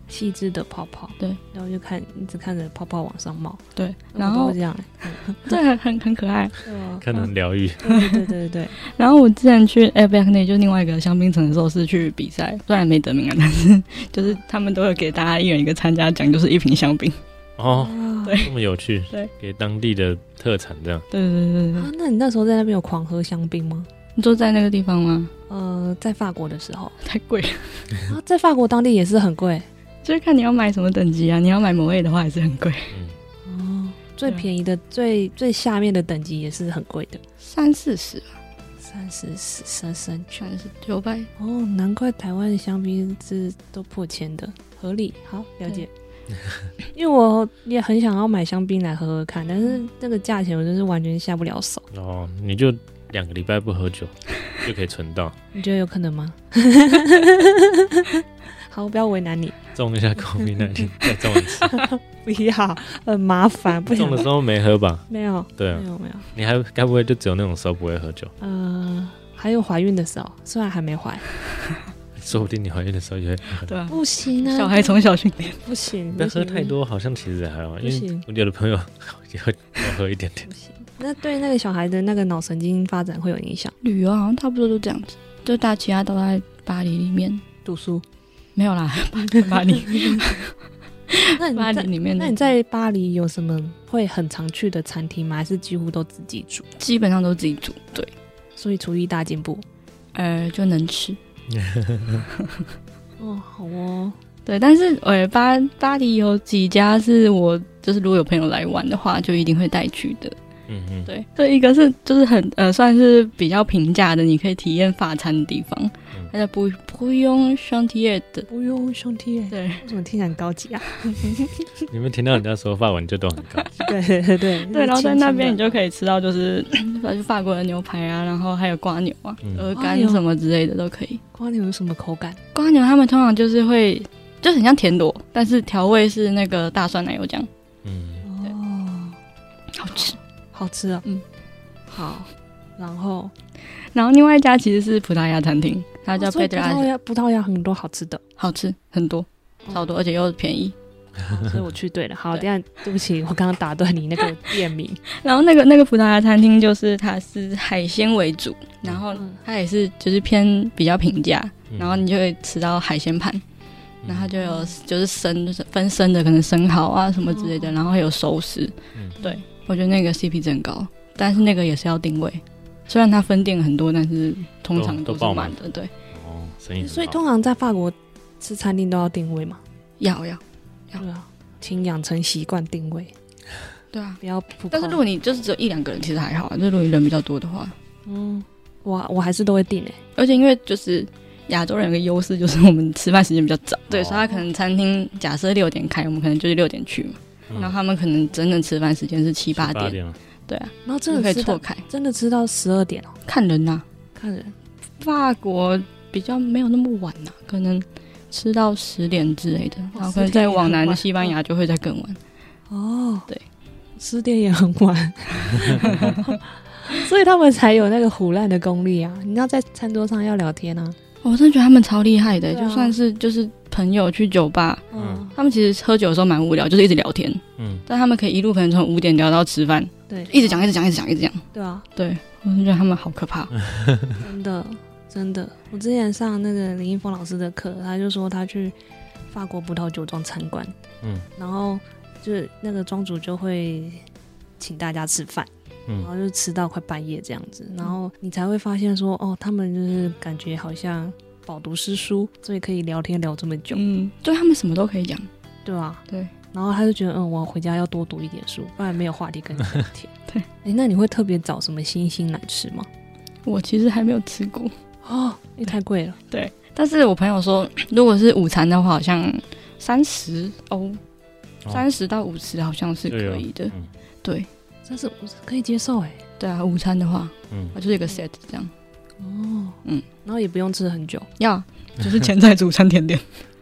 细致的泡泡，
对，
然后就看一直看着泡泡往上冒，
对，
我
然
都
后
会这样哎，
这很很很可爱。
对啊
看得很疗 愈。
对啊对对 对对，
然后我之前去 a b a c n e 就另外一个香槟城的时候是去比赛，虽然没得名啊， 但是就是他们都有给大家一人一个参加奖，就是一瓶香槟。
哦，
哇
对
这么有趣，
对，
给当地的特产这样。
对对对对对
啊，那你那时候在那边有狂喝香槟吗？
你坐在那个地方吗？
呃，在法国的时候，
太贵了，
啊，在法国当地也是很贵
就是看你要买什么等级啊，你要买某 A 的话还是很贵，
嗯，
哦，最
对啊
便宜的最最下面的等级也是很贵的，
三四十吧，
三十四三三九
全是九百。
哦，难怪台湾的香槟是都破千的，合理，好了解。 因为我也很想要买香槟来喝喝看，但是这个价钱我真是完全下不了手。
哦，你就两个礼拜不喝酒就可以存到，
你觉得有可能吗？ 好，不要为难你，
种一下高敏奶，再种一次。
不要，很麻烦，不想
种的时候没喝吧？
没有，
对啊
没，有没有，
你还该不会就只有那种时候不会喝酒？
呃，还有怀孕的时候，虽然还没怀，
说不定你怀孕的时候也会。
对啊，
不行啊，
小孩从小训练。
不行，
但
不行
喝太，多好像其实还好，因
嗯不行
为我有的朋友也会多喝一点点
不。行，那对那个小孩的那个脑神经发展会有影响。
旅游好像差不多都这样子，就大其他都在巴黎里面，
读书，
没有啦，巴黎
那你
巴黎
在
里面的，
那你在巴黎有什么会很常去的餐厅吗？还是几乎都自己煮？
基本上都自己煮，对，
所以厨艺大进步。
呃，就能吃。
哦，好哦，
对，但是呃，巴巴黎有几家是我就是如果有朋友来玩的话，就一定会带去的。
嗯嗯，
对，这一个是就是很呃，算是比较平价的，你可以体验法餐的地方
嗯，
它叫不不用香体液的。
不用兄弟耶，
对
为什么听起来很高级啊？
你们听到人家说法文就都很高级。
对对 对对
对，然后在那边你就
以
可以吃嗯到就是法国的牛排啊，然后还有瓜牛啊、
嗯
鹅
哎
肝
呦
什么之类的都可以。
瓜牛有什么口感？
瓜牛他们通常就是会就很像甜螺，但是调味是那个大蒜奶油酱，
嗯，
哦，
好吃。
好吃啊、
嗯，
好。然后
然后另外一家其实是葡萄牙餐厅，它叫
哦所以
贝德
葡
拉
萄牙，葡萄牙很多好 吃的，
好吃很多，超多，而且又便宜。
好所以我去对了。好，
对
等一下对不起，我刚刚打断你那个店名。
然后那个那个葡萄牙餐厅就是它是海鲜为主，然后
嗯
它也是就是偏比较平价，
嗯
然后你就会吃到海鲜盘，
嗯
然后它就有就是生就是分生的，可能生蚝啊什么之类的，
哦
然后还有熟食。
嗯
对，我觉得那个 CP 值很高，但是那个也是要定位。虽然它分店很多，但是通常
都
都
都
是
爆
满的。对，
哦，生意很好
所以通常在法国吃餐厅都要定位嘛，
要要，要
对啊，请养成习惯定位，
对啊。
不要扑空。
但是如果你就是只有一两个人，其实还好啊。就是如果你人比较多的话，
嗯，我我还是都会定诶、
而且因为就是亚洲人有个优势，就是我们吃饭时间比较早，对，
哦
所以他可能餐厅假设六点开，我们可能就是六点去嘛，
嗯
然后他们可能真正吃饭时间是七八点，
点了，
对啊，
然后真
就可
的
以
吃
错
到
开，
真的吃到十二点哦、
看人呐、
看人
啊法国比较没有那么晚呐、可能吃到十点之类的，
哦
然后可能再往
10点也很
南
晚
西班牙就会再更晚。
哦，
对，
十点也很晚， 所以他们才有那个胡乱的功力啊！你要在餐桌上要聊天啊，
哦我真的觉得他们超厉害的、
对啊
就算是就是朋友去酒吧，
嗯
嗯，
他们其实喝酒的时候蛮无聊，就是一直聊天，
嗯，
但他们可以一路可能从五点聊到吃饭，
对，啊
一直讲一直讲一直讲一直讲。
对啊，
对，我真的觉得他们好可怕。
真的真的，我之前上那个林一峰老师的课，他就说他去法国葡萄酒庄参观，
嗯，
然后就是那个庄主就会请大家吃饭，
嗯
然后就吃到快半夜这样子，然后你才会发现说，哦，他们就是感觉好像饱读诗书，所以可以聊天聊这么久，
嗯，对他们什么都可以讲。
对啊，
对。
然后他就觉得，嗯，我回家要多读一点书，不然没有话题跟你聊 天。
对
哎、那你会特别找什么星星来吃吗？
我其实还没有吃过，
哦，因为太贵了，
但是我朋友说， 如果是午餐的话，好像三十欧，
哦
三十到五十好像是
就有
可以的。
嗯
对
但是我是可以接受哎、
对啊，午餐的话，
嗯
啊，就是一个 set 这样。
哦，
嗯，
然后也不用吃很久，
要 就是前菜、主餐、甜点。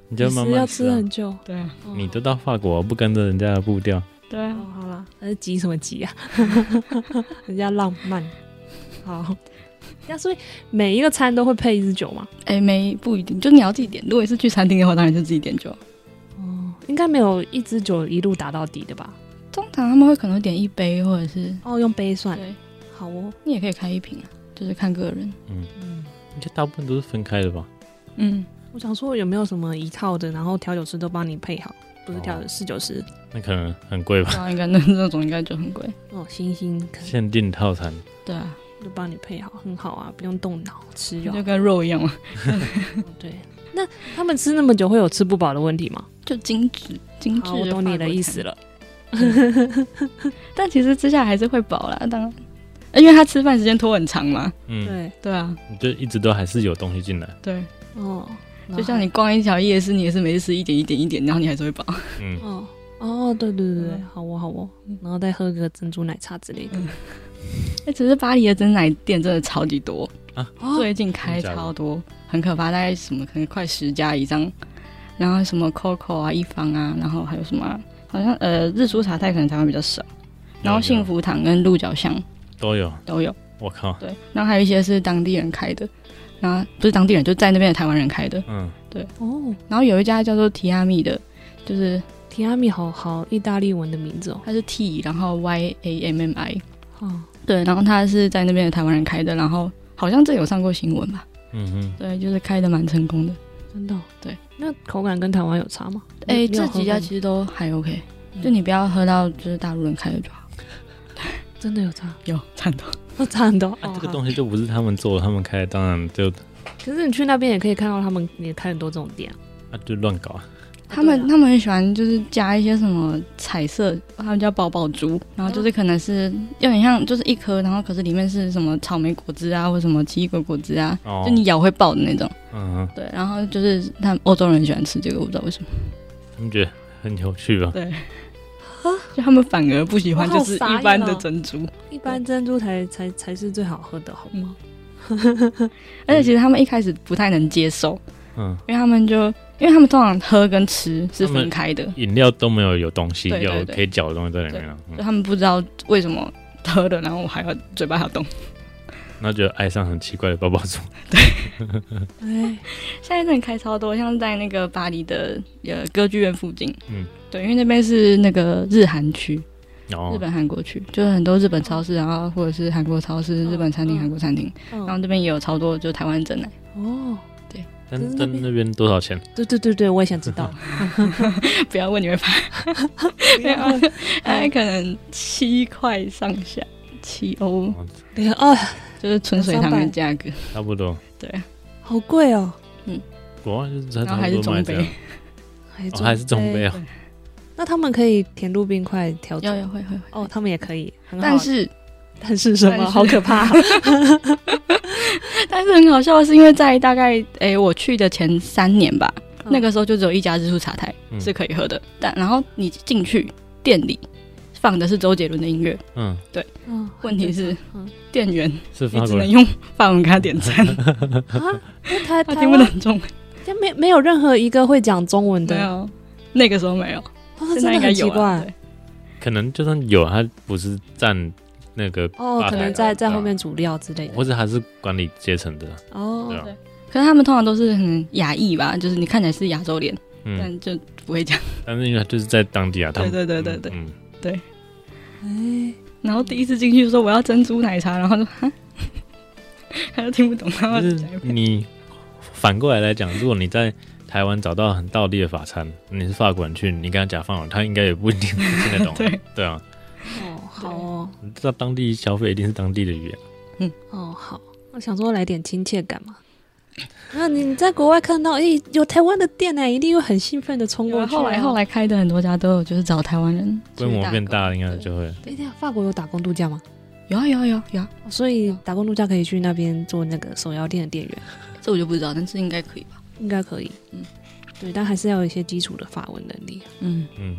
你就慢
也是要
慢
吃
啊
很久。
对啊，
哦
你都到法国不跟着人家的步调，
对啊
哦，，好啦，那是急什么急啊？ 人家浪漫， 好。那所以每一个餐都会配一支酒嘛？
哎，没不一定，就你要自己点。如果是去餐厅的话，当然就自己点酒。
哦，应该没有一支酒一路打到底的吧？
通常他们会可能点一杯，或者是
哦，用杯算，
对
好哦。
你也可以开一瓶啊，就是看个人。
嗯，
应该大部分都是分开的吧？
嗯，
我想说有没有什么一套的，然后调酒师都帮你配好，不是调
哦
酒师，酒师
那可能很贵吧？
对啊，应该那那种应该就很贵。
哦，星星可能
限定套餐，
对啊，
就帮你配好，很好啊，不用动脑吃就好
就。跟肉一样嘛，
对，那他们吃那么久会有吃不饱的问题吗？
就精致精致。
好，我懂你的意思。了。
但其实吃下来还是会饱啦，当然，呃因为他吃饭时间拖很长嘛。
嗯，
对，
对啊，
你就一直都还是有东西进来，
对，
哦，然后
就像你逛一条夜市，你也是每次吃一点一点一点，然后你还是会 饱。
嗯，
哦哦，对对对对，
嗯
好哦好哦
嗯，
然后再喝个珍珠奶茶之类的。
哎，只是巴黎的真奶店真的超级多，
哦，
最近开
真的假的
超多，很可怕，大概什么可能快十家以上，然后什么 Coco 啊、一方啊，然后还有什么啊、好像呃日出茶太可能台湾比较少，然后幸福堂跟鹿角巷
都有，
都有，
我靠，
对，然后还有一些是当地人开的，然后不是当地人就在那边的台湾人开的，
嗯，
哦，
然后有一家叫做提亚米的，就是
提拉米好好意大利文的名字哦。
它是 T 然后 Y A M M I，
哦，
对，然后它是在那边的台湾人开的，然后好像这有上过新闻吧，
嗯哼，
对，就是开的蛮成功的。
真的哦。
对，
那口感跟台湾有差吗？
哎、
你
这几家
你有喝过吗
其实都还 OK，、
嗯
就你不要喝到就是大陆人开的就好。
真的有差，
有惨的，
哦，真的哦。
啊，这个
好
东西就不是他们做的，他们开的，当然就
可是你去那边也可以看到他们也开很多这种店啊。
啊就乱搞啊，
他们、
对啊
他们很喜欢就是加一些什么彩色，他们叫宝宝珠，然后就是
嗯
可能是有点像就是一颗，然后可是里面是什么草莓果汁啊，或什么奇异果果汁啊，
哦
就，你咬会爆的那种。
嗯哼，
对，然后就是他们欧洲人很喜欢吃这个，我不知道为什么，
他们觉得很有趣吧？
就他们反而不喜欢
我好
就是
傻
一般
眼
的
哦
珍
嗯
珠。
一般珍珠才才才是最好喝的，好吗？
而且其实他们一开始不太能接受，
嗯，
因为他们就因为他们通常喝跟吃是
他们
分开的，
饮料都没有有东西，
对对
有
对
可以搅的东西在里面啊，
就
嗯
他们不知道为什么喝了，然后我还要嘴巴还要动。
然后觉得爱上很奇怪的包包猪，
哎，
现在真的开超多，像在那个巴黎的呃歌剧院附近，
嗯，
对，因为那边是那个日韩区，日
哦，
本韩国区，就是很多日本超市，然后或者是韩国超市、
哦
嗯
日本餐厅、
嗯
韩国餐厅，然后
嗯，
这边也有超多就是台湾啊真奶，
哦，
但
可是那
但
边
那边多少钱？
对对对对，我也想知 道。
不要问你会怕，没
哦
有，大概
哎
可能七块上下，七欧，
哦
对哦，
就是纯水汤的价格，
差不多，
对，
好贵哦，
国外就是
然
差
后哦还是
不多卖
中
这
杯
样，，
还哎
哦还是中杯啊，
那他们可以甜度冰块调
要
整
要会会会，
哦，他们也可以，很好
但是
但是什
但
么？
是
好可怕！
但是很好笑的是，因为在大概诶、我去的前三年吧，
嗯
那个时候就只有一家日出茶台
嗯
是可以喝的，但然后你进去店里放的是周杰伦的音乐，
嗯，
嗯，
问题是
嗯
店员
是
你
法
只能
国人，
用法文给他点 餐，
啊，那台
他
台
听不得
湾
很重。
就没没有任何一个会讲中文
没
的，
有，啊那个时候没有，
啊哦，
现
真
在
的
应该
很奇
有啊了。
怪
对
可能就算有，他不是占那个
哦
吧，
可
台
能在
对
在
啊
后面煮料之类的
或者还是管理阶层的，
哦
对。啊，
可是他们通常都是很亚裔吧，就是你看起来是亚洲脸，
嗯，
但就不会讲。
但是因为他就是在当地啊，他们
对对对对对
嗯，
哎，
然后第一次进去就说我要珍珠奶茶，然后他说哈， 他就听不懂， 他
嗯
要
就是
讲一遍
你反过来来讲，如果你在台湾找到很道地的法餐， 你是法国人去，你跟他讲法文，他应该也不一定听得懂，
对，
对啊，
哦，好哦，
你知道当地消费一定是当地的语言，啊
哦好，我想说来点亲切感嘛。 那你你在国外看到，诶，有台湾的店啊呢，一定会很兴奋的冲
有
过
啊
去。
后来后，来开的很多家都有，就是找台湾人
规模变大，应该
就
就会
哎，等一下法国有打工度假吗？
有啊有啊有啊有啊，
哦所以打工度假可以去那边做那个手摇店的店员，
这我就不知道，但是应该可以吧？
应该可以。嗯
嗯，
对，但还是要有一些基础的法文能力，
嗯
嗯，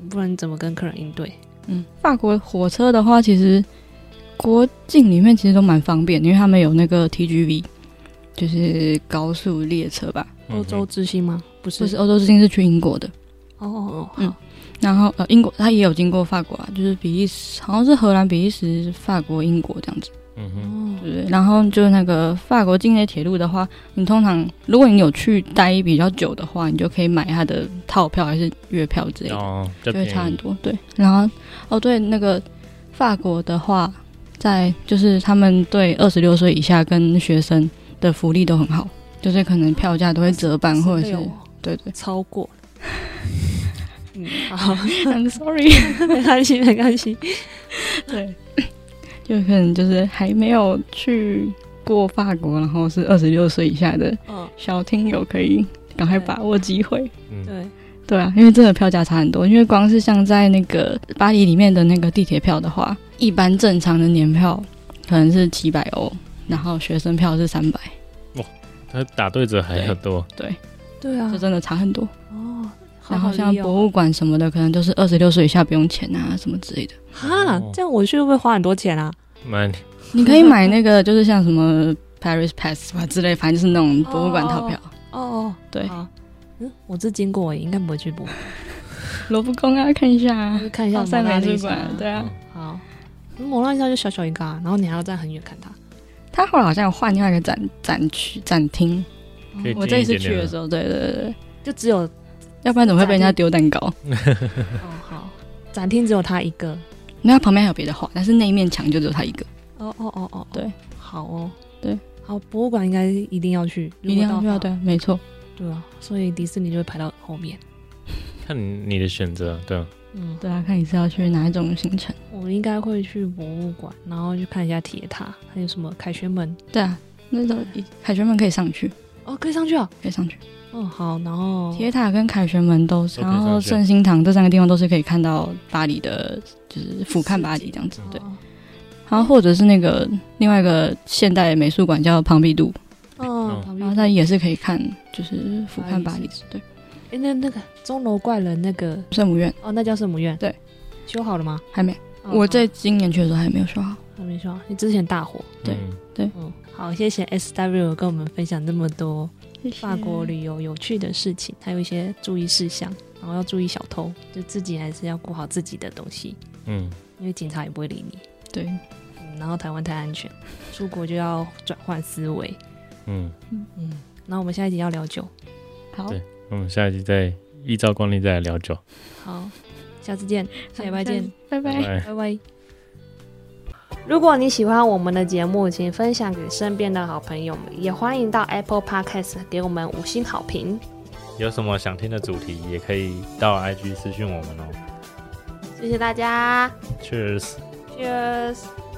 嗯不然你怎么跟客人应对？
嗯，法国火车的话，其实国境里面其实都蛮方便，因为他们有那个 TGV，就是高速列车吧，
嗯
欧洲之星吗？不是，
就是欧洲之星是去英国的，
哦哦哦，
嗯然后呃，英国它也有经过法国啊，就是比利时，好像是荷兰、比利时、法国、英国这样子，
嗯哼，
哦，
对不对？然后就是那个法国境内铁路的话，你通常如果你有去待比较久的话，你就可以买它的套票还是月票之类的，
哦，比较
就会
便
差很
宜，
多。嗯对，然后哦对，那个法国的话，在就是他们对二十六岁以下跟学生的福利都很好，就是可能票价都会折半，或者是
16
对 对
哦超过了。嗯，好，
，I'm sorry。
没关系，没关系。
对， 就可能就是还没有去过法国，然后是二十六岁以下的
嗯，
小听友可以赶快把握机会。
嗯，
对，
对啊，因为真的票价差很多，因为光是像在那个巴黎里面的那个地铁票的话，一般正常的年票可能是七百欧，然后学生票是三百，
他打对折还要多，
对啊
就，真的差很多。
哦，好
然
好
后像
利用
博物馆什么的，可能就是二十六岁以下不用钱啊什么之 类的。
哈，这样我去会不会花很多钱啊？
哦蛮
你可以买那个就是像什么 Paris Pass 吧之类，反正就是那种博物馆套票。
哦哦，
对
好嗯，我是经过而已，应该不会去博物馆，
罗浮宫啊，看一下啊
我，就看一下
奥赛
蒙娜
美
丽
术
莎
馆，对啊
嗯。
好，摩拉一下就小小一个、啊，然后你还要站很远看它。
他后来好像有换另外一个展展区展厅，
可以
我
近
这
一
一次
点
去
点
的时候，对对对对，
就只有
要不然怎么会被人家丢蛋糕？
哦好，展厅只有它一个。
那它旁边还有别的画，但是那一面墙就只有他一个，
哦哦哦哦，
对，
好哦，
对，
好，博物馆应该一定要去，如
一定
果
要对啊，
到法
对啊，没错。
对啊，所以迪士尼就会排到后面。
看你的选择，对啊，
嗯，
对啊，看你是要去哪一种行程。
我应该会去博物馆，然后去看一下铁塔，还有什么凯旋门。
对啊，那都凯旋门可以上去，
哦，可以上去啊。
可以上去。
哦，好，然后
铁塔跟凯旋门都是，
都可以
然
上去
后圣心堂这三个地方都是可以看到巴黎的，就是俯瞰巴黎这样子。
嗯
对，
哦
然后或者是那个另外一个现代美术馆叫庞毕度，
嗯，旁
然后
边
它也是可以看，就是俯瞰巴
巴黎
黎
是，
对，
哎那那个钟楼怪人那个
圣母院
哦，那叫什么院？
对，
修好了吗？
还没，
哦
我
好
在今年去的时候还没有说好。
还没说，你之前大火。
对
嗯
嗯，好，谢谢 S W 跟我们分享这么多法国旅游有趣的事情，还有一些注意事项，然后要注意小偷，就自己还是要顾好自己的东西，
嗯，
因为警察也不会理你。
对，
嗯，然后台湾太安全，出国就要转换思维。
嗯，
嗯，那我们下一集要聊酒，
好，
对我们下一集再依照惯例再来聊酒，
好，下次见，下礼拜见。，
拜拜。
拜。
拜拜。如果你喜欢我们的节目，请分享给身边的好朋友们，也欢迎到 Apple Podcast 给我们五星好评。
有什么想听的主题，也可以到 IG 私讯我们哦。
谢谢大家
Cheers。
，Cheers。